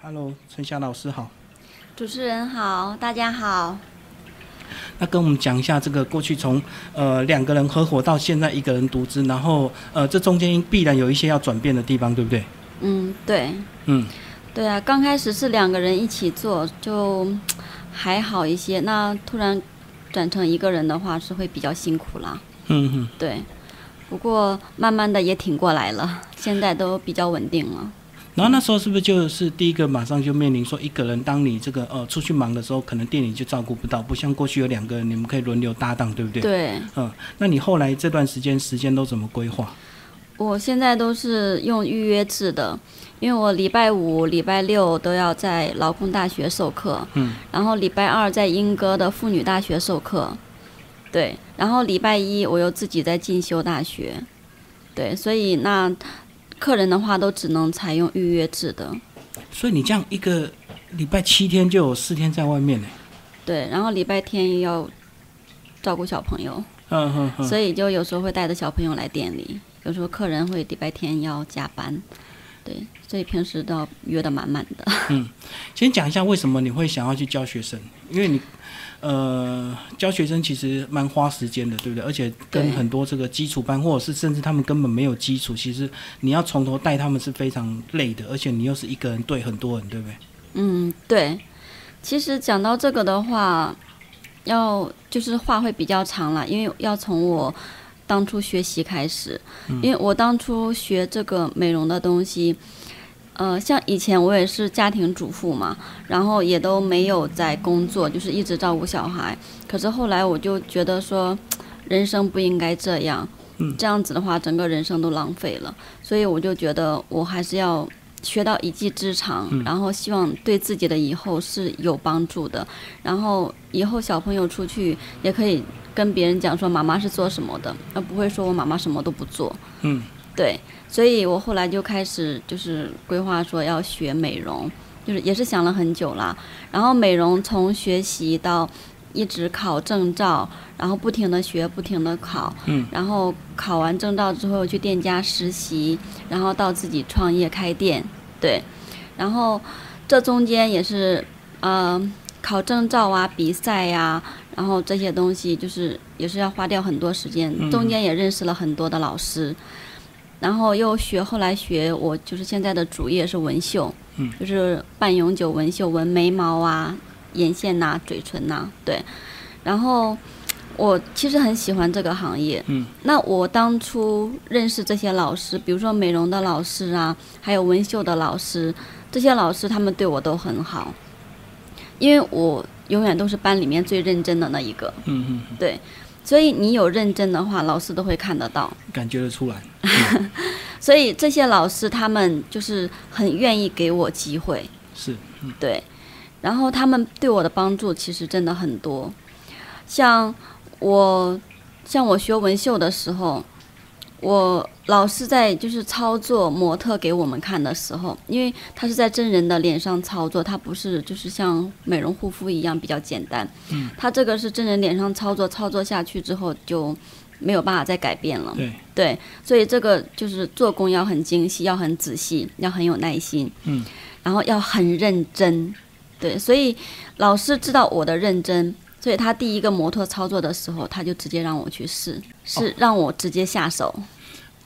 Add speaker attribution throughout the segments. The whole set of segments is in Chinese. Speaker 1: Hello，陈霞老师好。
Speaker 2: 主持人好，大家好。
Speaker 1: 那跟我们讲一下这个过去从呃两个人合伙到现在一个人独资，然后呃这中间必然有一些要转变的地方，对不对？
Speaker 2: 嗯，对，
Speaker 1: 嗯，
Speaker 2: 对啊，刚开始是两个人一起做，就还好一些。那突然转成一个人的话，是会比较辛苦啦。
Speaker 1: 嗯嗯。
Speaker 2: 对，不过慢慢的也挺过来了，现在都比较稳定了。
Speaker 1: 然后那时候是不是就是第一个马上就面临说一个人，当你这个呃出去忙的时候，可能店里就照顾不到，不像过去有两个人，你们可以轮流搭档，对不对？。
Speaker 2: 对，
Speaker 1: 嗯，那你后来这段时间时间都怎么规划？
Speaker 2: 我现在都是用预约制的，因为我礼拜五、礼拜六都要在劳工大学授课，
Speaker 1: 嗯，
Speaker 2: 然后礼拜二在英歌的妇女大学授课，对，然后礼拜一我又自己在进修大学，对，所以那客人的话都只能采用预约制的，
Speaker 1: 所以你这样一个礼拜七天就有四天在外面呢。
Speaker 2: 对，然后礼拜天也要照顾小朋友，
Speaker 1: 嗯嗯嗯。
Speaker 2: 所以就有时候会带着小朋友来店里，有时候客人会礼拜天要加班，对，所以平时都要约得满满的。
Speaker 1: 先讲一下为什么你会想要去教学生，因为你呃教学生其实蛮花时间的，对不对？而且跟
Speaker 2: 对
Speaker 1: 很多这个基础班，或者是甚至他们根本没有基础，其实你要从头带他们是非常累的，而且你又是一个人对很多人，对不对？
Speaker 2: 嗯，对。其实讲到这个的话，要就是话会比较长了，因为要从我当初学习开始。因为我当初学这个美容的东西，呃，像以前我也是家庭主妇嘛，然后也都没有在工作，就是一直照顾小孩。可是后来我就觉得说，人生不应该这样，
Speaker 1: 嗯
Speaker 2: 这样子的话，整个人生都浪费了。所以我就觉得我还是要学到一技之长，
Speaker 1: 嗯
Speaker 2: 然后希望对自己的以后是有帮助的。然后以后小朋友出去也可以跟别人讲说妈妈是做什么的，而不会说我妈妈什么都不做。
Speaker 1: 嗯，
Speaker 2: 对，所以我后来就开始就是规划说要学美容，就是也是想了很久啦。然后美容从学习到一直考证照，然后不停的学，不停的考，
Speaker 1: 嗯，
Speaker 2: 然后考完证照之后去店家实习，然后到自己创业开店，对，然后这中间也是，呃，考证照啊，比赛呀、然后这些东西就是也是要花掉很多时间，
Speaker 1: 嗯
Speaker 2: 中间也认识了很多的老师，然后又学后来学我就是现在的主业是纹绣，
Speaker 1: 嗯
Speaker 2: 就是半永久纹绣，纹眉毛啊、眼线呐、嘴唇呐、对。然后我其实很喜欢这个行业，
Speaker 1: 嗯，
Speaker 2: 那我当初认识这些老师，比如说美容的老师啊，还有纹绣的老师，这些老师他们对我都很好，因为我永远都是班里面最认真的那一个，
Speaker 1: 嗯嗯嗯，
Speaker 2: 所以你有认真的话，老师都会看得到。
Speaker 1: 感觉得出来。
Speaker 2: 所以这些老师他们就是很愿意给我机会，
Speaker 1: 是，
Speaker 2: 对，然后他们对我的帮助其实真的很多。像我，像我学纹绣的时候，我老师在就是操作模特给我们看的时候，因为他是在真人的脸上操作，他不是就是像美容护肤一样比较简单。
Speaker 1: 嗯，
Speaker 2: 他这个是真人脸上操作，操作下去之后就没有办法再改变了。
Speaker 1: 对，
Speaker 2: 对，所以这个就是做工要很精细，要很仔细，要很有耐心，
Speaker 1: 嗯，
Speaker 2: 然后要很认真，对，所以老师知道我的认真，所以他第一个模特操作的时候，他就直接让我去试，
Speaker 1: 哦
Speaker 2: 是让我直接下手，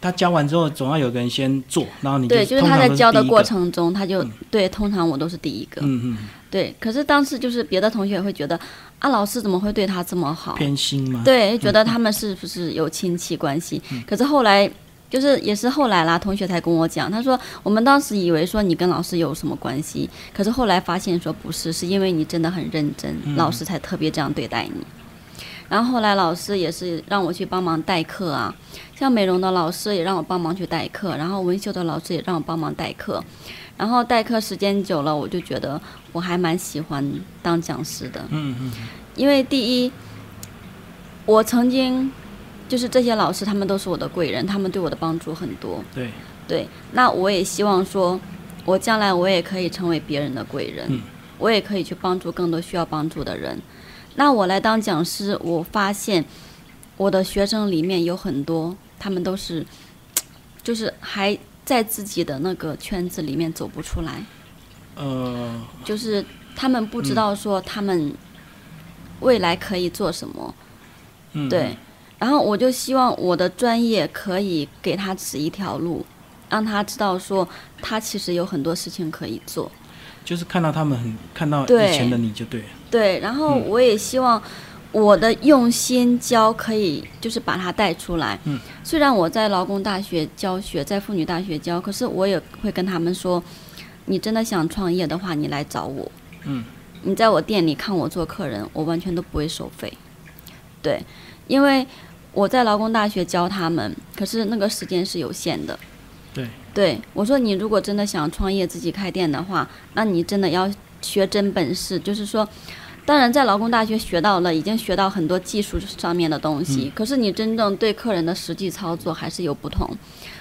Speaker 1: 他教完之后总要有个人先做，然后你
Speaker 2: 对，就是
Speaker 1: 通
Speaker 2: 他
Speaker 1: 常
Speaker 2: 在
Speaker 1: 都
Speaker 2: 教的
Speaker 1: 第一
Speaker 2: 过
Speaker 1: 个。
Speaker 2: 程中，他就、对，通常我都是第一个，
Speaker 1: 嗯嗯，
Speaker 2: 对，可是当时就是别的同学也会觉得啊，老师怎么会对他这么好？
Speaker 1: 偏心嘛。，
Speaker 2: 对，觉得他们是不是有亲戚关系？可是后来就是也是后来啦，同学才跟我讲，他说我们当时以为说你跟老师有什么关系，可是后来发现说不是，是因为你真的很认真，老师才特别这样对待你。然后后来老师也是让我去帮忙代课啊，像美容的老师也让我帮忙去代课，然后纹绣的老师也让我帮忙代课，然后代课时间久了，我就觉得我还蛮喜欢当讲师的，
Speaker 1: 嗯嗯
Speaker 2: 因为第一，我曾经就是这些老师，他们都是我的贵人，他们对我的帮助很多。
Speaker 1: 对，
Speaker 2: 对，那我也希望说，我将来我也可以成为别人的贵人，
Speaker 1: 嗯
Speaker 2: 我也可以去帮助更多需要帮助的人。那我来当讲师，我发现我的学生里面有很多，他们都是，就是还在自己的那个圈子里面走不出来。
Speaker 1: 呃，
Speaker 2: 就是他们不知道说他们未来可以做什么，
Speaker 1: 嗯，
Speaker 2: 对，。然后我就希望我的专业可以给他指一条路，让他知道说他其实有很多事情可以做。
Speaker 1: 就是看到他们很看到
Speaker 2: 对
Speaker 1: 以前的你就对了，
Speaker 2: 对，然后
Speaker 1: 嗯
Speaker 2: 我也希望我的用心教可以就是把它带出来。
Speaker 1: 嗯，
Speaker 2: 虽然我在劳工大学教学，在妇女大学教，可是我也会跟他们说，你真的想创业的话，你来找我。
Speaker 1: 嗯，
Speaker 2: 你在我店里看我做客人，我完全都不会收费。对，因为我在劳工大学教他们，可是那个时间是有限的。
Speaker 1: 对，
Speaker 2: 对我说，你如果真的想创业自己开店的话，那你真的要学真本事，就是说。当然，在劳工大学学到了，已经学到很多技术上面的东西。可是你真正对客人的实际操作还是有不同，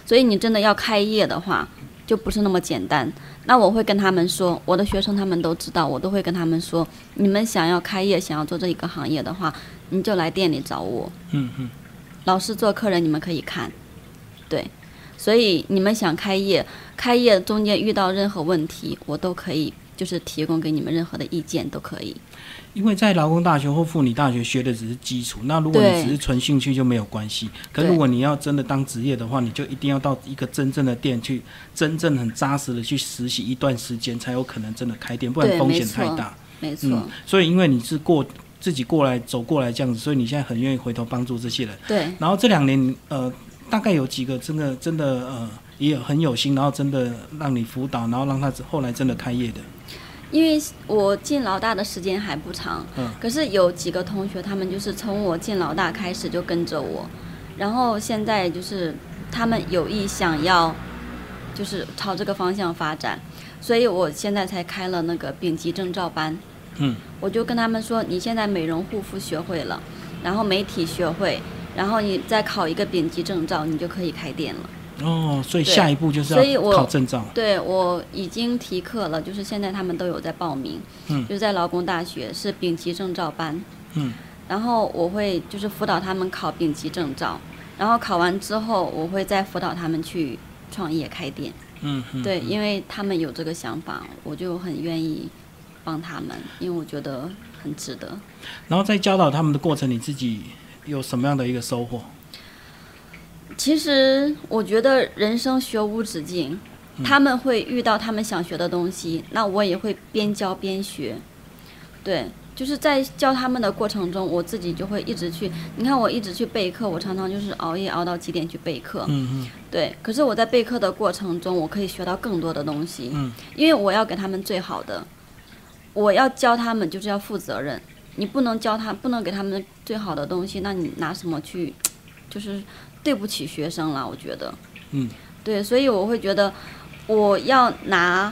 Speaker 2: 所以你真的要开业的话，就不是那么简单。那我会跟他们说，我的学生他们都知道，我都会跟他们说，你们想要开业，想要做这一个行业的话，你就来店里找我，
Speaker 1: 嗯嗯，
Speaker 2: 老师做客人你们可以看，对。所以你们想开业，开业中间遇到任何问题，我都可以就是提供给你们任何的意见都可以。
Speaker 1: 因为在劳工大学或妇女大学学的只是基础，那如果
Speaker 2: 对
Speaker 1: 你只是纯兴趣就没有关系。可
Speaker 2: 对
Speaker 1: 如果你要真的当职业的话，你就一定要到一个真正的店去，真正很扎实的去实习一段时间，才有可能真的开店，不然
Speaker 2: 对
Speaker 1: 风
Speaker 2: 没
Speaker 1: 险太
Speaker 2: 错
Speaker 1: 大。
Speaker 2: 没错，
Speaker 1: 嗯，所以因为你是过自己过来走过来这样子，所以你现在很愿意回头帮助这些人。
Speaker 2: 对。
Speaker 1: 然后这两年，呃，大概有几个真的真的呃，也有很有心，然后真的让你辅导，然后让他后来真的开业的。
Speaker 2: 因为我进老大的时间还不长，
Speaker 1: 嗯
Speaker 2: 可是有几个同学，他们就是从我进老大开始就跟着我，然后现在就是他们有意想要，就是朝这个方向发展，所以我现在才开了那个丙级证照班。
Speaker 1: 嗯，
Speaker 2: 我就跟他们说，你现在美容护肤学会了，然后媒体学会，然后你再考一个丙级证照，你就可以开店了。
Speaker 1: 哦，所以
Speaker 2: 对
Speaker 1: 下一步就是
Speaker 2: 所以
Speaker 1: 要
Speaker 2: 我
Speaker 1: 考证照。
Speaker 2: 对我已经提课了，就是现在他们都有在报名，
Speaker 1: 嗯
Speaker 2: 就是在劳工大学是丙级证照班，
Speaker 1: 嗯，
Speaker 2: 然后我会就是辅导他们考丙级证照，然后考完之后我会再辅导他们去创业开店，
Speaker 1: 嗯，嗯
Speaker 2: 对，因为他们有这个想法，我就很愿意帮他们，因为我觉得很值得。
Speaker 1: 然后在教导他们的过程，你自己有什么样的一个收获？
Speaker 2: 其实我觉得人生学无止境，他们会遇到他们想学的东西，那我也会边教边学。对，就是在教他们的过程中，我自己就会一直去。你看，我一直去备课，我常常就是熬夜熬到几点去备课。
Speaker 1: 嗯
Speaker 2: 对，可是我在备课的过程中，我可以学到更多的东西。
Speaker 1: 嗯
Speaker 2: 因为我要给他们最好的，我要教他们就是要负责任。你不能教他，不能给他们最好的东西，那你拿什么去？就是对不起学生了，我觉得。
Speaker 1: 嗯。
Speaker 2: 对，所以我会觉得，我要拿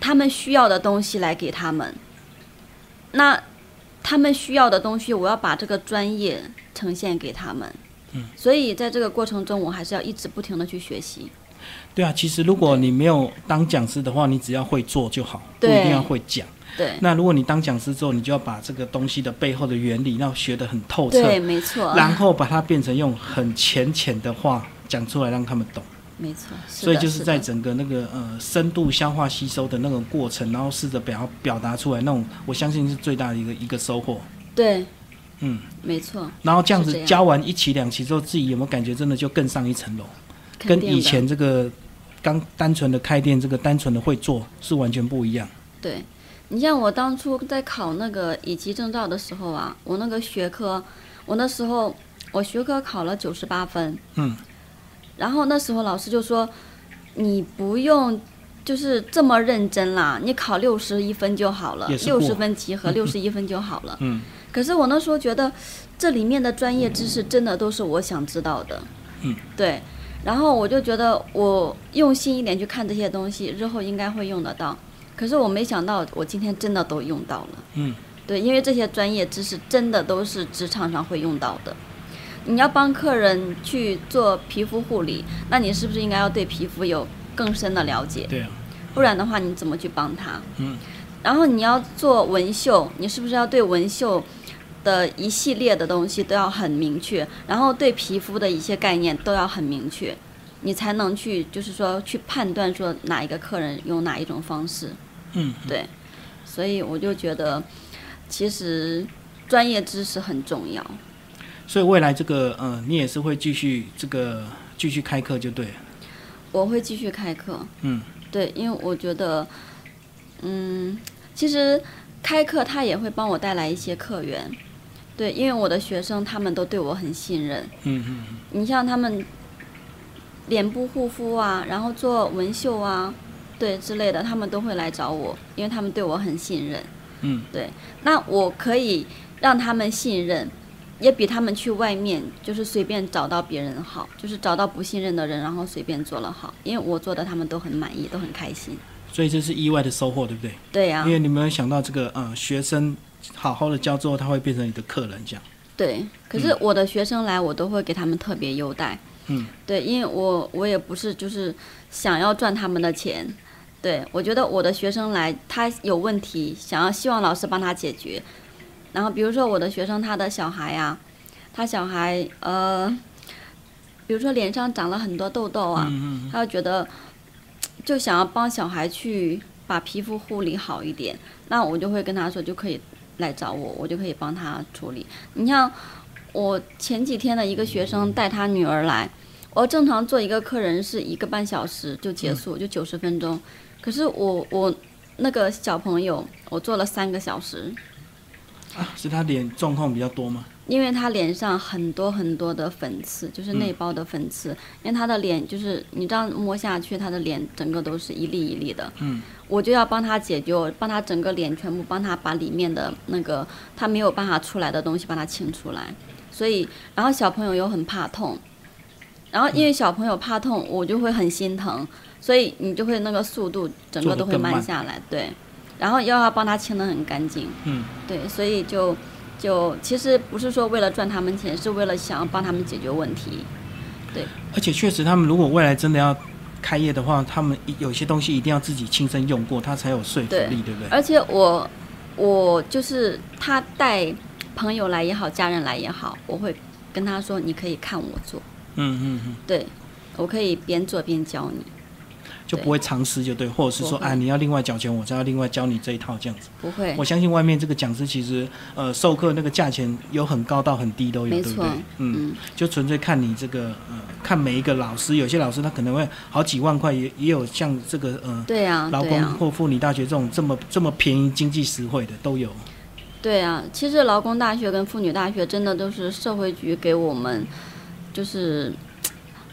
Speaker 2: 他们需要的东西来给他们。那他们需要的东西，我要把这个专业呈现给他们。
Speaker 1: 嗯。
Speaker 2: 所以在这个过程中，我还是要一直不停的去学习。
Speaker 1: 嗯，对啊，其实如果你没有当讲师的话，你只要会做就好，不一
Speaker 2: 对
Speaker 1: 定要会讲。
Speaker 2: 对。
Speaker 1: 那如果你当讲师之后，你就要把这个东西的背后的原理要学得很透彻，
Speaker 2: 对，没错，
Speaker 1: 然后把它变成用很浅浅的话讲出来，让他们懂。
Speaker 2: 没错，是
Speaker 1: 所以
Speaker 2: 的
Speaker 1: 就是
Speaker 2: 的
Speaker 1: 在整个那个呃深度消化吸收的那种过程，然后试着表表达出来，那种我相信是最大的一个一个收获。
Speaker 2: 对，
Speaker 1: 嗯，
Speaker 2: 没错，
Speaker 1: 然后这样
Speaker 2: 是这
Speaker 1: 子
Speaker 2: 样
Speaker 1: 教完一期两期之后，自己有没有感觉真的就更上一层楼？
Speaker 2: 肯
Speaker 1: 跟
Speaker 2: 定的
Speaker 1: 以前这个刚单纯的开店，这个单纯的会做是完全不一样。
Speaker 2: 对。你像我当初在考那个乙级证照的时候啊，我那个学科，我那时候我学科考了九十八分，
Speaker 1: 嗯，
Speaker 2: 然后那时候老师就说，你不用就是这么认真啦，你考六十一分就好了，
Speaker 1: 也是
Speaker 2: 六十
Speaker 1: 过
Speaker 2: 分集合，六十一分就好了。
Speaker 1: 嗯，
Speaker 2: 可是我那时候觉得，这里面的专业知识真的都是我想知道的。
Speaker 1: 嗯，
Speaker 2: 对。然后我就觉得我用心一点去看这些东西，日后应该会用得到。可是我没想到，我今天真的都用到了。
Speaker 1: 嗯，
Speaker 2: 对，因为这些专业知识真的都是职场上会用到的。你要帮客人去做皮肤护理，那你是不是应该要对皮肤有更深的了解？
Speaker 1: 对啊，
Speaker 2: 不然的话，你怎么去帮他？
Speaker 1: 嗯。
Speaker 2: 然后你要做纹绣，你是不是要对纹绣的一系列的东西都要很明确，然后对皮肤的一些概念都要很明确？你才能去就是说去判断说哪一个客人用哪一种方式。
Speaker 1: 嗯，
Speaker 2: 对，所以我就觉得，其实专业知识很重要。
Speaker 1: 所以未来这个嗯、呃你也是会继续这个继续开课就对了。
Speaker 2: 我会继续开课，
Speaker 1: 嗯，
Speaker 2: 对，因为我觉得，嗯，其实开课他也会帮我带来一些客源，对，因为我的学生他们都对我很信任，
Speaker 1: 嗯嗯嗯
Speaker 2: 你像他们脸部护肤啊，然后做纹绣啊，对之类的，他们都会来找我，因为他们对我很信任。
Speaker 1: 嗯，
Speaker 2: 对，那我可以让他们信任，也比他们去外面就是随便找到别人好，就是找到不信任的人，然后随便做了好，因为我做的他们都很满意，都很开心。
Speaker 1: 所以这是意外的收获，对不对？
Speaker 2: 对呀、
Speaker 1: 因为你没有想到这个呃学生好好的教之后，他会变成你的客人这样。
Speaker 2: 对，可是我的学生来，我都会给他们特别优待。
Speaker 1: 嗯，
Speaker 2: 对，因为我我也不是就是想要赚他们的钱，对我觉得我的学生来，他有问题，想要希望老师帮他解决。然后比如说我的学生他的小孩呀、他小孩呃，比如说脸上长了很多痘痘啊，
Speaker 1: 嗯嗯
Speaker 2: 他就觉得就想要帮小孩去把皮肤护理好一点，那我就会跟他说就可以来找我，我就可以帮他处理。你像我前几天的一个学生带他女儿来，我正常做一个客人是一个半小时就结束，就九十分钟，可是我我那个小朋友我做了三个小时，
Speaker 1: 嗯啊，是他脸状况比较多吗？
Speaker 2: 因为他脸上很多很多的粉刺，就是内包的粉刺，因为他的脸就是你这样摸下去，他的脸整个都是一粒一粒的。
Speaker 1: 嗯，
Speaker 2: 我就要帮他解决，我帮他整个脸全部帮他把里面的那个他没有办法出来的东西帮他清出来。所以，然后小朋友又很怕痛，然后因为小朋友怕痛，我就会很心疼，所以你就会那个速度整个都会慢下来，对。然后又要帮他清得很干净，
Speaker 1: 嗯，
Speaker 2: 对，所以就就其实不是说为了赚他们钱，是为了想要帮他们解决问题。
Speaker 1: 而且确实，他们如果未来真的要开业的话，他们一有些东西一定要自己亲身用过，他才有说服力，对不对？
Speaker 2: 而且我我就是他带朋友来也好，家人来也好，我会跟他说，你可以看我做，
Speaker 1: 嗯嗯嗯，
Speaker 2: 对我可以边做边教你，
Speaker 1: 就不会尝试就对，或者是说
Speaker 2: 不会
Speaker 1: 啊，你要另外缴钱，我再要另外教你这一套这样子。
Speaker 2: 不会
Speaker 1: 我。相信外面这个讲师其实呃授课那个价钱有很高到很低都有，
Speaker 2: 没
Speaker 1: 对不
Speaker 2: 错
Speaker 1: 对？嗯，
Speaker 2: 嗯，
Speaker 1: 就纯粹看你这个呃看每一个老师，有些老师他可能会好几万块，也也有像这个呃。
Speaker 2: 对啊呀、
Speaker 1: 劳
Speaker 2: 对
Speaker 1: 工
Speaker 2: 呀、
Speaker 1: 或妇女大学这种这么这么便宜、经济实惠的都有。
Speaker 2: 对呀、其实劳工大学跟妇女大学真的都是社会局给我们，就是，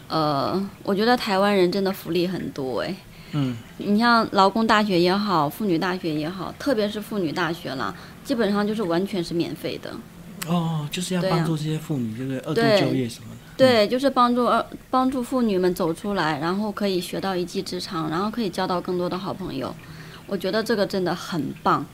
Speaker 2: 呃，我觉得台湾人真的福利很多哎、
Speaker 1: 嗯，
Speaker 2: 你像劳工大学也好，妇女大学也好，特别是妇女大学啦，基本上就是完全是免费的。
Speaker 1: 哦，就是要
Speaker 2: 对啊
Speaker 1: 帮助这些妇女，对不对？二
Speaker 2: 对
Speaker 1: 度就业什么的。
Speaker 2: 对，就是帮助呃帮助妇女们走出来，然后可以学到一技之长，然后可以交到更多的好朋友。我觉得这个真的很棒。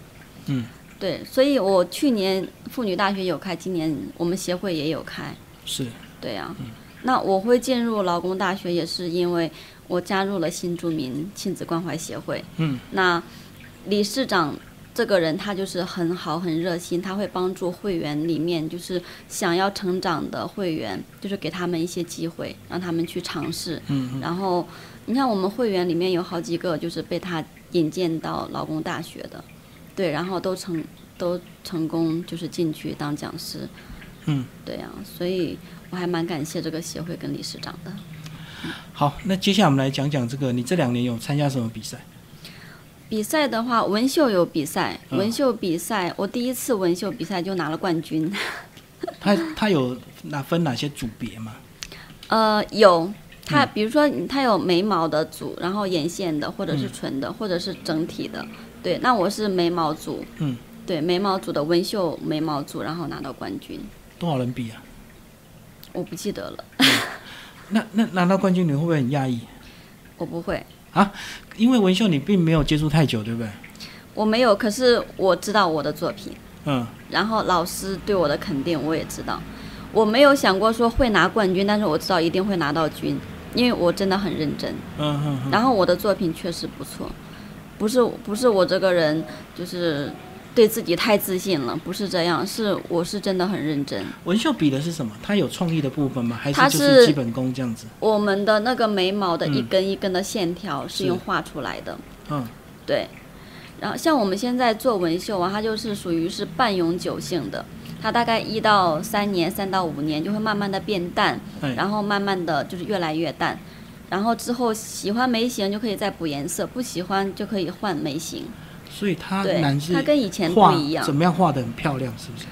Speaker 1: 嗯，
Speaker 2: 对，所以我去年妇女大学有开，今年我们协会也有开。
Speaker 1: 是，
Speaker 2: 对呀、
Speaker 1: 嗯
Speaker 2: 那我会进入劳工大学，也是因为我加入了新住民亲子关怀协会。
Speaker 1: 嗯，
Speaker 2: 那理事长这个人，他就是很好、很热心，他会帮助会员里面就是想要成长的会员，就是给他们一些机会，让他们去尝试。
Speaker 1: 嗯
Speaker 2: 然后你看，我们会员里面有好几个就是被他引荐到劳工大学的，对，然后都成都成功就是进去当讲师。
Speaker 1: 嗯，
Speaker 2: 对呀、所以我还蛮感谢这个协会跟理事长的。
Speaker 1: 好，那接下来我们来讲讲这个，你这两年有参加什么比赛？
Speaker 2: 比赛的话，纹绣有比赛，
Speaker 1: 嗯
Speaker 2: 纹绣比赛，我第一次纹绣比赛就拿了冠军。
Speaker 1: 他他有哪分哪些组别吗？
Speaker 2: 呃，
Speaker 1: 嗯
Speaker 2: 有它，比如说它有眉毛的组，然后眼线的，或者
Speaker 1: 嗯
Speaker 2: 是唇的，或者是整体的。对，那我是眉毛组。
Speaker 1: 嗯。
Speaker 2: 对，眉毛组的纹绣眉毛组，然后拿到冠军，
Speaker 1: 多少人比啊？
Speaker 2: 我不记得了，
Speaker 1: 那那拿到冠军你会不会很讶异？
Speaker 2: 我不会，
Speaker 1: 因为文秀你并没有接触太久，对不对？
Speaker 2: 我没有，可是我知道我的作品。
Speaker 1: 嗯，
Speaker 2: 然后老师对我的肯定我也知道，我没有想过说会拿冠军，但是我知道一定会拿到军，因为我真的很认真。
Speaker 1: 嗯嗯嗯，
Speaker 2: 然后我的作品确实不错，不是不是我这个人就是对自己太自信了，不是这样，是我是真的很认真。
Speaker 1: 文秀比的是什么？它有创意的部分吗？还
Speaker 2: 它
Speaker 1: 是就是基本功这样子？
Speaker 2: 我们的那个眉毛的一
Speaker 1: 嗯
Speaker 2: 根一根的线条是
Speaker 1: 是
Speaker 2: 用画出来的，
Speaker 1: 嗯，
Speaker 2: 对。然后像我们现在做纹绣啊，它就是属于是半永久性的，它大概一到三年，三到五年就会慢慢的变淡，
Speaker 1: 哎，
Speaker 2: 然后慢慢的就是越来越淡，然后之后喜欢眉形就可以再补颜色，不喜欢就可以换眉形。
Speaker 1: 所以它
Speaker 2: 对
Speaker 1: 难，是
Speaker 2: 它跟以前不
Speaker 1: 画
Speaker 2: 一样
Speaker 1: 怎。么样画的很漂亮，是不是？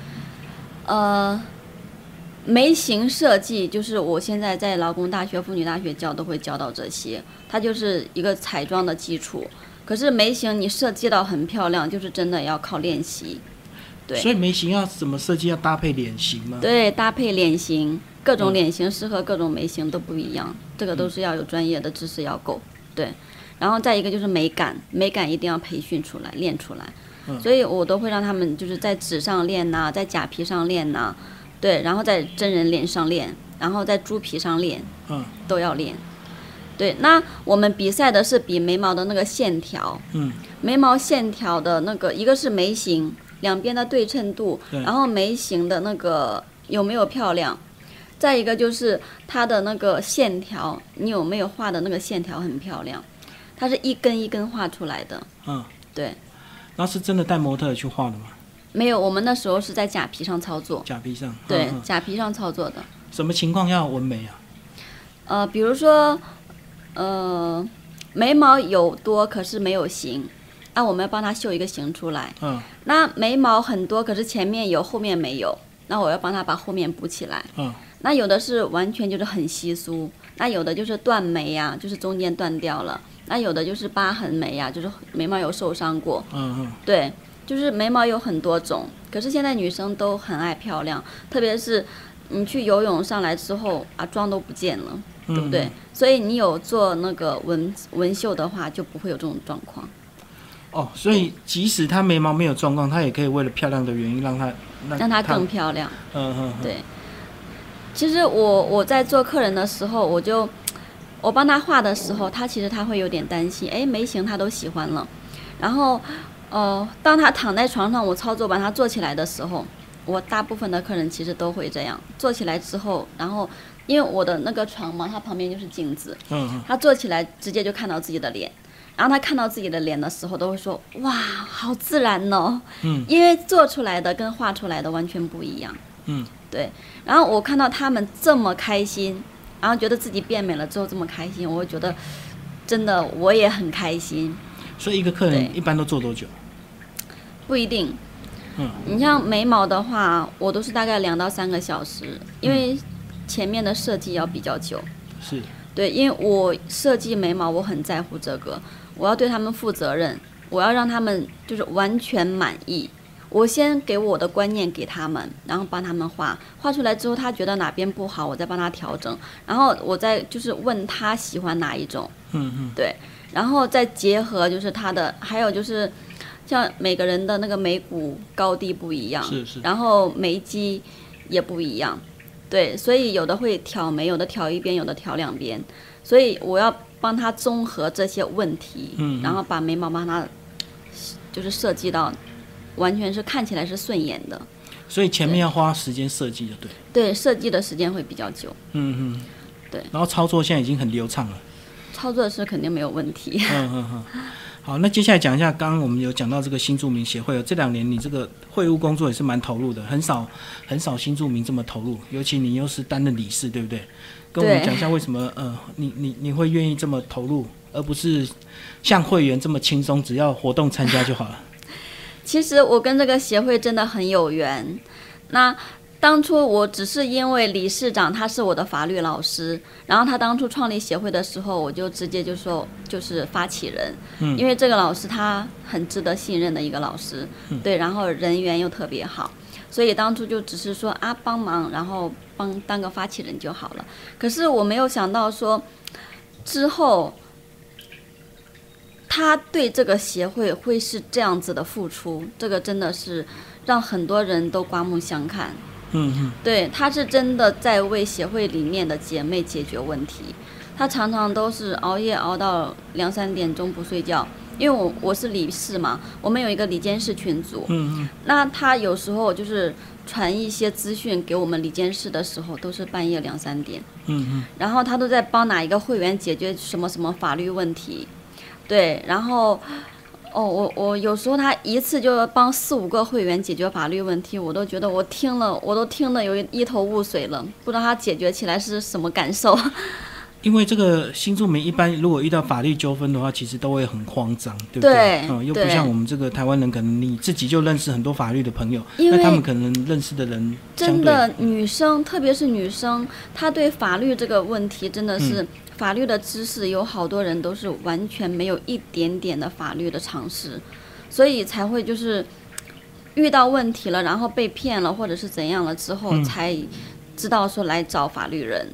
Speaker 2: 呃，眉形设计就是我现在在劳工大学、妇女大学教都会教到这些，它就是一个彩妆的基础。可是眉形你设计到很漂亮，就是真的要靠练习，对
Speaker 1: 所以眉形要怎么设计？要搭配脸型吗？
Speaker 2: 对，搭配脸型，各种
Speaker 1: 嗯
Speaker 2: 脸型适合各种眉形都不一样，这个都是要有专业的知识要够，对。然后再一个就是美感，美感一定要培训出来、练出来，
Speaker 1: 嗯
Speaker 2: 所以我都会让他们就是在纸上练呐、在假皮上练呐、对，然后在真人脸上练，然后在猪皮上练，
Speaker 1: 嗯，
Speaker 2: 都要练。对，那我们比赛的是比眉毛的那个线条，
Speaker 1: 嗯，
Speaker 2: 眉毛线条的那个，一个是眉形，两边的对称度，
Speaker 1: 对
Speaker 2: 然后眉形的那个有没有漂亮，再一个就是它的那个线条，你有没有画的那个线条很漂亮，它是一根一根画出来的，
Speaker 1: 嗯，
Speaker 2: 对。
Speaker 1: 那是真的带模特儿去画的吗？
Speaker 2: 没有，我们那时候是在假皮上操作，
Speaker 1: 假皮上？
Speaker 2: 对
Speaker 1: 嗯，嗯
Speaker 2: 假皮上操作的。
Speaker 1: 什么情况要纹眉啊？
Speaker 2: 呃，比如说，呃，眉毛有多，可是没有形，那我们要帮他绣一个形出来。
Speaker 1: 嗯
Speaker 2: 那眉毛很多，可是前面有，后面没有，那我要帮他把后面补起来。
Speaker 1: 嗯，
Speaker 2: 那有的是完全就是很稀疏，那有的就是断眉呀、就是中间断掉了；那有的就是疤痕眉呀、就是眉毛有受伤过。
Speaker 1: 嗯嗯，
Speaker 2: 对，就是眉毛有很多种，可是现在女生都很爱漂亮，特别是你去游泳上来之后啊，妆都不见了，
Speaker 1: 对
Speaker 2: 对不对？？所以你有做那个纹纹绣的话，就不会有这种状况。
Speaker 1: 哦，所以即使她眉毛没有状况，她也可以为了漂亮的原因让她
Speaker 2: 让她更漂亮。
Speaker 1: 嗯嗯嗯
Speaker 2: 对其实我我在做客人的时候，我就我帮他画的时候，他其实他会有点担心，哎，眉形他都喜欢了，然后呃，当他躺在床上，我操作把他做起来的时候，我大部分的客人其实都会这样，做起来之后，然后因为我的那个床嘛，它旁边就是镜子，
Speaker 1: 嗯嗯，
Speaker 2: 他坐起来直接就看到自己的脸。然后他看到自己的脸的时候，都会说：“哇，好自然哦！”
Speaker 1: 嗯，
Speaker 2: 因为做出来的跟画出来的完全不一样。
Speaker 1: 嗯，
Speaker 2: 对。然后我看到他们这么开心，然后觉得自己变美了之后这么开心，我会觉得真的我也很开心。
Speaker 1: 所以一个客人
Speaker 2: 对
Speaker 1: 一般都做多久？
Speaker 2: 不一定。
Speaker 1: 嗯，
Speaker 2: 你像眉毛的话，我都是大概两到三个小时，因为前面的设计要比较久。
Speaker 1: 是，
Speaker 2: 对，因为我设计眉毛，我很在乎这个，我要对他们负责任，我要让他们就是完全满意。我先给我的观念给他们，然后帮他们画，画出来之后他觉得哪边不好，我再帮他调整，然后我再就是问他喜欢哪一种，
Speaker 1: 嗯嗯
Speaker 2: 然后再结合就是他的，还有就是像每个人的那个眉骨高低不一样，
Speaker 1: 是是
Speaker 2: 然后眉肌也不一样，对，所以有的会挑眉，有的挑一边，有的挑两边，所以我要帮他综合这些问题，
Speaker 1: 嗯嗯
Speaker 2: 然后把眉毛帮他就是设计到完全是看起来是顺眼的，
Speaker 1: 所以前面要花时间设计的，对，
Speaker 2: 对，设计的时间会比较久，
Speaker 1: 嗯嗯，
Speaker 2: 对
Speaker 1: 然后操作现在已经很流畅了，
Speaker 2: 操作是肯定没有问题。
Speaker 1: 嗯嗯嗯。好，那接下来讲一下，刚刚我们有讲到这个新住民协会哦，这两年你这个会务工作也是蛮投入的，很少很少新住民这么投入，尤其你又是担任理事，对不对？跟我们
Speaker 2: 对
Speaker 1: 讲一下为什么呃，你你你会愿意这么投入，而不是像会员这么轻松，只要活动参加就好了。
Speaker 2: 其实我跟这个协会真的很有缘。那当初我只是因为理事长他是我的法律老师，然后他当初创立协会的时候，我就直接就说就是发起人，
Speaker 1: 嗯
Speaker 2: 因为这个老师他很值得信任的一个老师，对，然后人缘又特别好，所以当初就只是说啊帮忙，然后帮当个发起人就好了。可是我没有想到说之后。他对这个协会会是这样子的付出，这个真的是让很多人都刮目相看。
Speaker 1: 嗯嗯。
Speaker 2: 对，他是真的在为协会里面的姐妹解决问题。他常常都是熬夜熬到两三点钟不睡觉，因为我我是理事嘛，我们有一个理监事群组，
Speaker 1: 嗯嗯，
Speaker 2: 那他有时候就是传一些资讯给我们理监事的时候，都是半夜两三点，
Speaker 1: 嗯嗯，
Speaker 2: 然后他都在帮哪一个会员解决什么什么法律问题，对，然后。哦，我我有时候他一次就帮四五个会员解决法律问题，我都觉得我听了，我都听得有一一头雾水了，不知道他解决起来是什么感受。
Speaker 1: 因为这个新住民一般如果遇到法律纠纷的话，其实都会很慌张，对不
Speaker 2: 对
Speaker 1: 嗯，又不
Speaker 2: 对
Speaker 1: 像我们这个台湾人，可能你自己就认识很多法律的朋友，
Speaker 2: 因为
Speaker 1: 那他们可能认识的人相
Speaker 2: 真
Speaker 1: 对
Speaker 2: 的，女生，特别是女生，她对法律这个问题真
Speaker 1: 嗯
Speaker 2: 的是、法律的知识，有好多人都是完全没有一点点的法律的常识，所以才会就是遇到问题了，然后被骗了或者是怎样了之后，
Speaker 1: 嗯
Speaker 2: 才知道说来找法律人。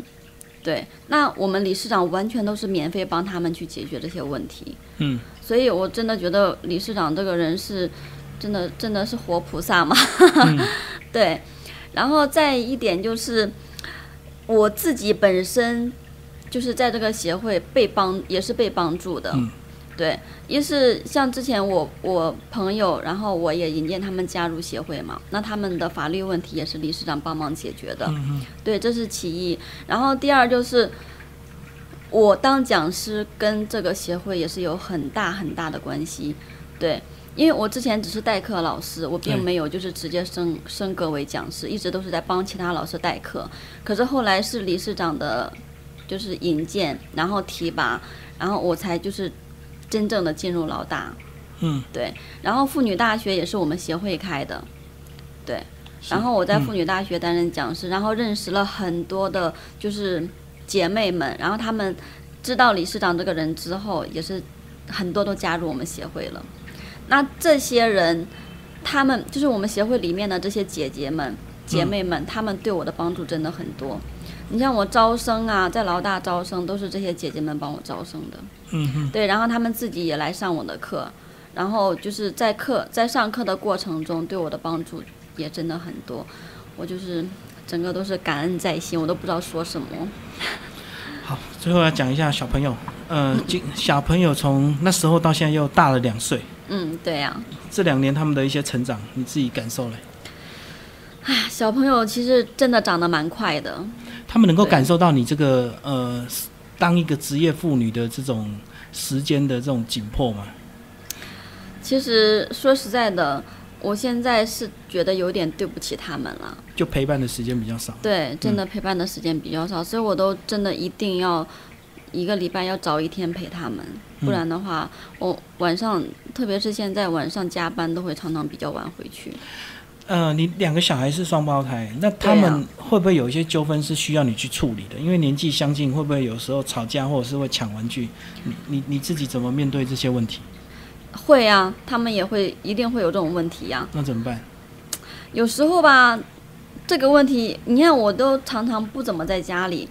Speaker 2: 对，那我们理事长完全都是免费帮他们去解决这些问题，
Speaker 1: 嗯，
Speaker 2: 所以我真的觉得理事长这个人是真的真的是活菩萨嘛， 对。然后再一点就是我自己本身就是在这个协会被帮，也是被帮助的，
Speaker 1: 嗯
Speaker 2: 对。也是像之前我我朋友，然后我也引荐他们加入协会嘛，那他们的法律问题也是理事长帮忙解决的，
Speaker 1: 嗯嗯
Speaker 2: 对，这是其一。然后第二就是，我当讲师跟这个协会也是有很大很大的关系，对，因为我之前只是代课老师，我并
Speaker 1: 对
Speaker 2: 没有就是直接升升格为讲师，一直都是在帮其他老师代课。可是后来是理事长的，就是引荐，然后提拔，然后我才就是真正的进入老大。
Speaker 1: 嗯，
Speaker 2: 对。然后妇女大学也是我们协会开的，对。
Speaker 1: 是
Speaker 2: 然后我在
Speaker 1: 嗯
Speaker 2: 妇女大学担任讲师，然后认识了很多的，就是姐妹们，然后她们知道理事长这个人之后，也是很多都加入我们协会了。那这些人，她们就是我们协会里面的这些姐姐们、姐妹
Speaker 1: 嗯
Speaker 2: 们，她们对我的帮助真的很多。你像我招生啊，在老大招生都是这些姐姐们帮我招生的。
Speaker 1: 嗯嗯
Speaker 2: 对，然后他们自己也来上我的课，然后就是在课在上课的过程中对我的帮助也真的很多，我就是整个都是感恩在心，我都不知道说什么。
Speaker 1: 好，最后来讲一下小朋友，呃，今小朋友从那时候到现在又大了两岁，
Speaker 2: 嗯，对呀、
Speaker 1: 这两年他们的一些成长，你自己感受嘞？
Speaker 2: 唉小朋友其实真的长得蛮快的，
Speaker 1: 他们能够
Speaker 2: 对
Speaker 1: 感受到你这个呃，当一个职业妇女的这种时间的这种紧迫吗？
Speaker 2: 其实说实在的，我现在是觉得有点对不起他们了。
Speaker 1: 就陪伴的时间比较少。
Speaker 2: 对，真的陪伴的时间比较少，所以我都真的一定要一个礼拜要找一天陪他们，不然的话，我晚上，特别是现在晚上加班都会常常比较晚回去。
Speaker 1: 呃，你两个小孩是双胞胎，那他
Speaker 2: 对啊
Speaker 1: 们会不会有一些纠纷是需要你去处理的？因为年纪相近，会不会有时候吵架或者是会抢玩具？你你你自己怎么面对这些问题？
Speaker 2: 会啊，他们也会一定会有这种问题呀、
Speaker 1: 那怎么办？
Speaker 2: 有时候吧，这个问题，你看我都常常不怎么在家里，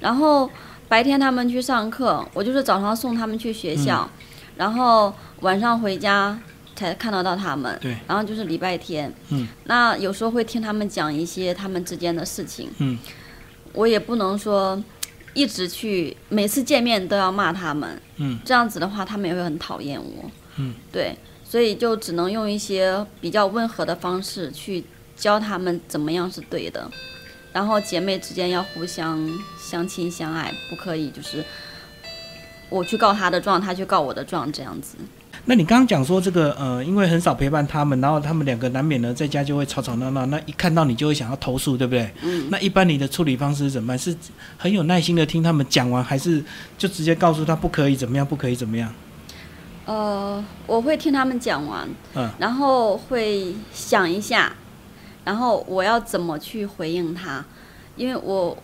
Speaker 2: 然后白天他们去上课，我就是早上送他们去学校，然后晚上回家才看得到他们。
Speaker 1: 对
Speaker 2: 然后就是礼拜天，
Speaker 1: 嗯，
Speaker 2: 那有时候会听他们讲一些他们之间的事情，
Speaker 1: 嗯，
Speaker 2: 我也不能说一直去，每次见面都要骂他们，
Speaker 1: 嗯，
Speaker 2: 这样子的话他们也会很讨厌我，
Speaker 1: 嗯，
Speaker 2: 对，所以就只能用一些比较温和的方式去教他们怎么样是对的，然后姐妹之间要互相相亲相爱，不可以就是。我去告他的状，他去告我的状，这样子。
Speaker 1: 那你刚刚讲说这个呃，因为很少陪伴他们，然后他们两个难免呢在家就会吵吵闹闹，那一看到你就会想要投诉，对不对？
Speaker 2: 嗯，
Speaker 1: 那一般你的处理方式是怎么办？是很有耐心的听他们讲完，还是就直接告诉他不可以怎么样，不可以怎么样？
Speaker 2: 呃，我会听他们讲完，
Speaker 1: 嗯
Speaker 2: 然后会想一下，然后我要怎么去回应他，因为我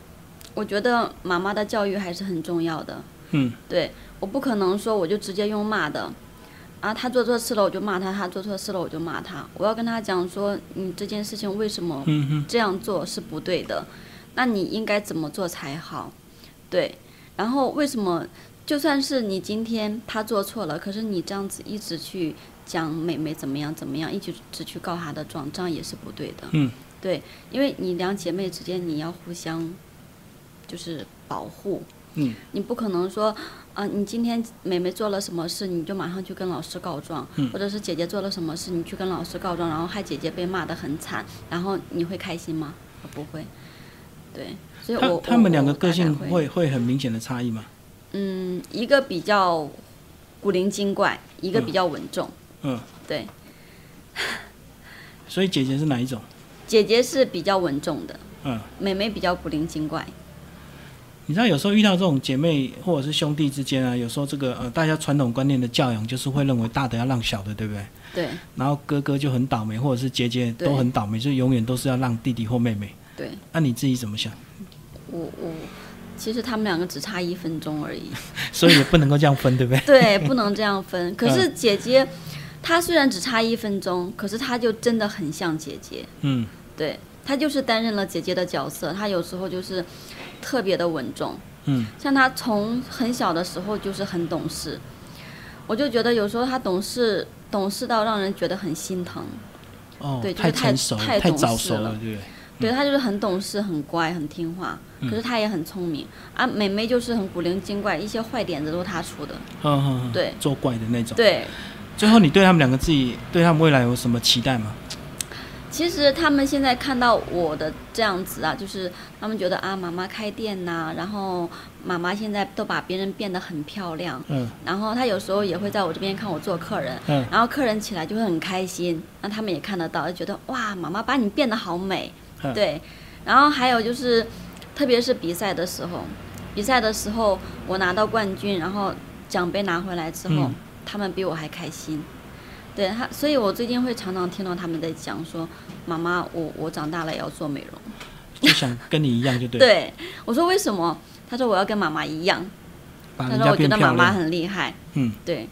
Speaker 2: 我觉得妈妈的教育还是很重要的。
Speaker 1: 嗯，
Speaker 2: 对，我不可能说我就直接用骂的，啊，他做错事了我就骂他，他做错事了我就骂他，我要跟他讲说，你这件事情为什么
Speaker 1: 嗯嗯
Speaker 2: 这样做是不对的，那你应该怎么做才好？对，然后为什么就算是你今天他做错了，可是你这样子一直去讲美美怎么样怎么样，一直只去告他的状，这样也是不对的。
Speaker 1: 嗯，
Speaker 2: 对，因为你两姐妹之间你要互相就是保护，
Speaker 1: 嗯，
Speaker 2: 你不可能说，啊，你今天妹妹做了什么事，你就马上去跟老师告状，
Speaker 1: 嗯
Speaker 2: 或者是姐姐做了什么事，你去跟老师告状，然后害姐姐被骂得很惨，然后你会开心吗？我不会。对，所以
Speaker 1: 他
Speaker 2: 我
Speaker 1: 他们两个
Speaker 2: 我大
Speaker 1: 个
Speaker 2: 概
Speaker 1: 性
Speaker 2: 会
Speaker 1: 会会很明显的差异吗？
Speaker 2: 嗯，一个比较古灵精怪，一个比较稳重。
Speaker 1: 嗯嗯
Speaker 2: 对，
Speaker 1: 所以姐姐是哪一种？
Speaker 2: 姐姐是比较稳重的，
Speaker 1: 嗯，
Speaker 2: 妹妹比较古灵精怪。
Speaker 1: 你知道有时候遇到这种姐妹或者是兄弟之间啊，有时候这个呃大家传统观念的教养就是会认为大的要让小的，对不对？
Speaker 2: 对
Speaker 1: 然后哥哥就很倒霉，或者是姐姐都很倒霉，就永远都是要让弟弟或妹妹。
Speaker 2: 对，
Speaker 1: 那、你自己怎么想？
Speaker 2: 我我其实他们两个只差一分钟而 已。
Speaker 1: 所以也不能够这样分，对不对？
Speaker 2: 对，不能这样分。 可是姐姐，她虽然只差一分钟，可是她就真的很像姐姐。
Speaker 1: 嗯，
Speaker 2: 对，她就是担任了姐姐的角色，她有时候就是特别的稳重。
Speaker 1: 嗯，
Speaker 2: 像她从很小的时候就是很懂事，我就觉得有时候她懂事，懂事到让人觉得很心疼。
Speaker 1: 哦，
Speaker 2: 对就是
Speaker 1: 太
Speaker 2: 太
Speaker 1: 成熟了、
Speaker 2: 太
Speaker 1: 太
Speaker 2: 懂
Speaker 1: 早
Speaker 2: 事
Speaker 1: 熟
Speaker 2: 了
Speaker 1: 了，对不对？
Speaker 2: 对她就是很懂事、很乖、很听话，可是她也很聪明、啊。妹妹就是很古灵精怪，一些坏点子都是她出的。
Speaker 1: 嗯嗯，嗯
Speaker 2: 对
Speaker 1: 作怪的那种。
Speaker 2: 对，
Speaker 1: 最后，你对他们两个自己对他们未来有什么期待吗？
Speaker 2: 其实他们现在看到我的这样子啊，就是他们觉得啊，妈妈开店呐、然后妈妈现在都把别人变得很漂亮，
Speaker 1: 嗯
Speaker 2: 然后她有时候也会在我这边看我做客人，
Speaker 1: 嗯
Speaker 2: 然后客人起来就会很开心，那他们也看得到，就觉得哇，妈妈把你变得好美，
Speaker 1: 嗯
Speaker 2: 对，然后还有就是，特别是比赛的时候，比赛的时候我拿到冠军，然后奖杯拿回来之后，
Speaker 1: 嗯
Speaker 2: 他们比我还开心。对他，所以我最近会常常听到他们在讲说：“妈妈，我我长大了也要做美容。
Speaker 1: 就想跟你一样，就对
Speaker 2: 对”
Speaker 1: 了，
Speaker 2: 我说为什么？他说我要跟妈妈一样。
Speaker 1: 把
Speaker 2: 他
Speaker 1: 人
Speaker 2: 说
Speaker 1: 家
Speaker 2: 我觉
Speaker 1: 变
Speaker 2: 得
Speaker 1: 漂
Speaker 2: 妈妈
Speaker 1: 亮。
Speaker 2: 很厉害。
Speaker 1: 嗯，
Speaker 2: 对，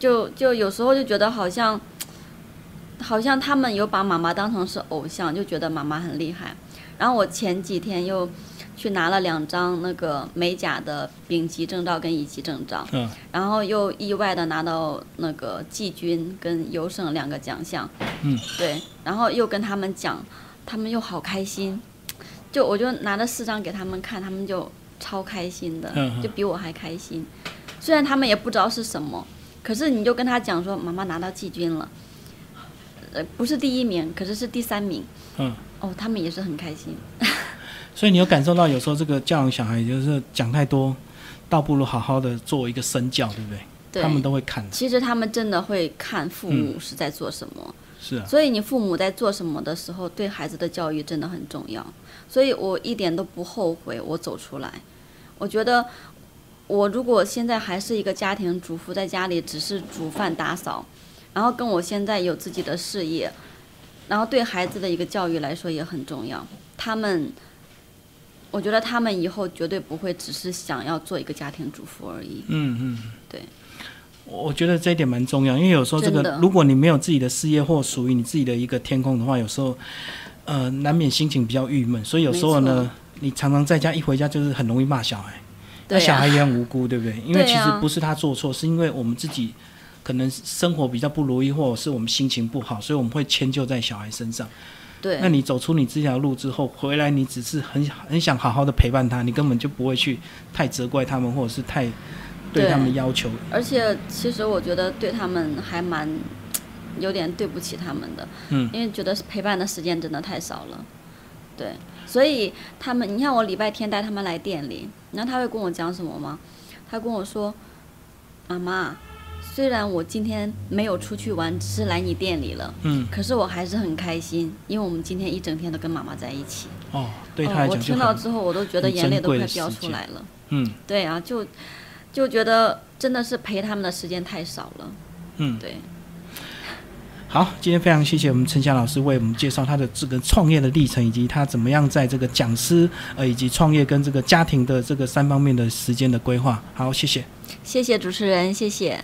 Speaker 2: 就就有时候就觉得好像，好像他们有把妈妈当成是偶像，就觉得妈妈很厉害。然后我前几天又去拿了两张那个美甲的丙级证照跟乙级证照，
Speaker 1: 嗯，
Speaker 2: 然后又意外的拿到那个季军跟优胜两个奖项，
Speaker 1: 嗯，
Speaker 2: 对，然后又跟他们讲，他们又好开心，就我就拿了四张给他们看，他们就超开心的，
Speaker 1: 嗯嗯
Speaker 2: 就比我还开心。虽然他们也不知道是什么，可是你就跟他讲说，妈妈拿到季军了，呃，不是第一名，可是是第三名，
Speaker 1: 嗯，
Speaker 2: 哦，他们也是很开心，
Speaker 1: 所以你有感受到有时候这个教养小孩就是讲太多，倒不如好好的做一个身教，对不对？
Speaker 2: 对
Speaker 1: 他，们都嗯会看的，
Speaker 2: 其实他们真的会看父母是在做什么。
Speaker 1: 是啊，
Speaker 2: 所以你父母在做什么的时候，对孩子的教育真的很重要。所以我一点都不后悔我走出来。我觉得，我如果现在还是一个家庭主妇，在家里只是煮饭打扫，然后跟我现在有自己的事业，然后对孩子的一个教育来说也很重要。他们，我觉得他们以后绝对不会只是想要做一个家庭主妇而已。
Speaker 1: 嗯嗯，
Speaker 2: 对。
Speaker 1: 我我觉得这一点蛮重要，因为有时候这
Speaker 2: 真
Speaker 1: 个
Speaker 2: 的，
Speaker 1: 如果你没有自己的事业或属于你自己的一个天空的话，有时候，呃，难免心情比较郁闷，所以有时候
Speaker 2: 没
Speaker 1: 呢，你常常在家一回家就是很容易骂小孩。那
Speaker 2: 对、
Speaker 1: 小
Speaker 2: 啊
Speaker 1: 孩，也很无辜，对不对？因为
Speaker 2: 对
Speaker 1: 其实
Speaker 2: 啊
Speaker 1: 不是他做错，是因为我们自己可能生活比较不如意，或者是我们心情不好，所以我们会迁就在小孩身上。
Speaker 2: 对
Speaker 1: 那，你走出你这条路之后，回来你只是很很想好好的陪伴他，你根本就不会去太责怪他们，或者是太对
Speaker 2: 对
Speaker 1: 他们要求。
Speaker 2: 而且其实我觉得对他们还蛮有点对不起他们的，
Speaker 1: 嗯
Speaker 2: 因为觉得陪伴的时间真的太少了，对，所以他们，你看我礼拜天带他们来店里，你知道他会跟我讲什么吗？他跟我说，妈妈，虽然我今天没有出去玩，只是来你店里了。
Speaker 1: 嗯，
Speaker 2: 可是我还是很开心，因为我们今天一整天都跟妈妈在一起。
Speaker 1: 哦，对他来
Speaker 2: 哦，我
Speaker 1: 讲就
Speaker 2: 听
Speaker 1: 很、
Speaker 2: 到之后，我都觉得
Speaker 1: 很
Speaker 2: 眼泪
Speaker 1: 珍
Speaker 2: 都
Speaker 1: 贵
Speaker 2: 快
Speaker 1: 的时
Speaker 2: 飙出
Speaker 1: 间
Speaker 2: 来了。
Speaker 1: 嗯
Speaker 2: 对啊，就就觉得真的是陪他们的时间太少了。
Speaker 1: 嗯。
Speaker 2: 对，
Speaker 1: 好，今天非常谢谢我们陈霞老师为我们介绍他的这个创业的历程，以及他怎么样在这个讲师呃以及创业跟这个家庭的这个三方面的时间的规划。好，谢谢。
Speaker 2: 谢谢主持人，谢谢。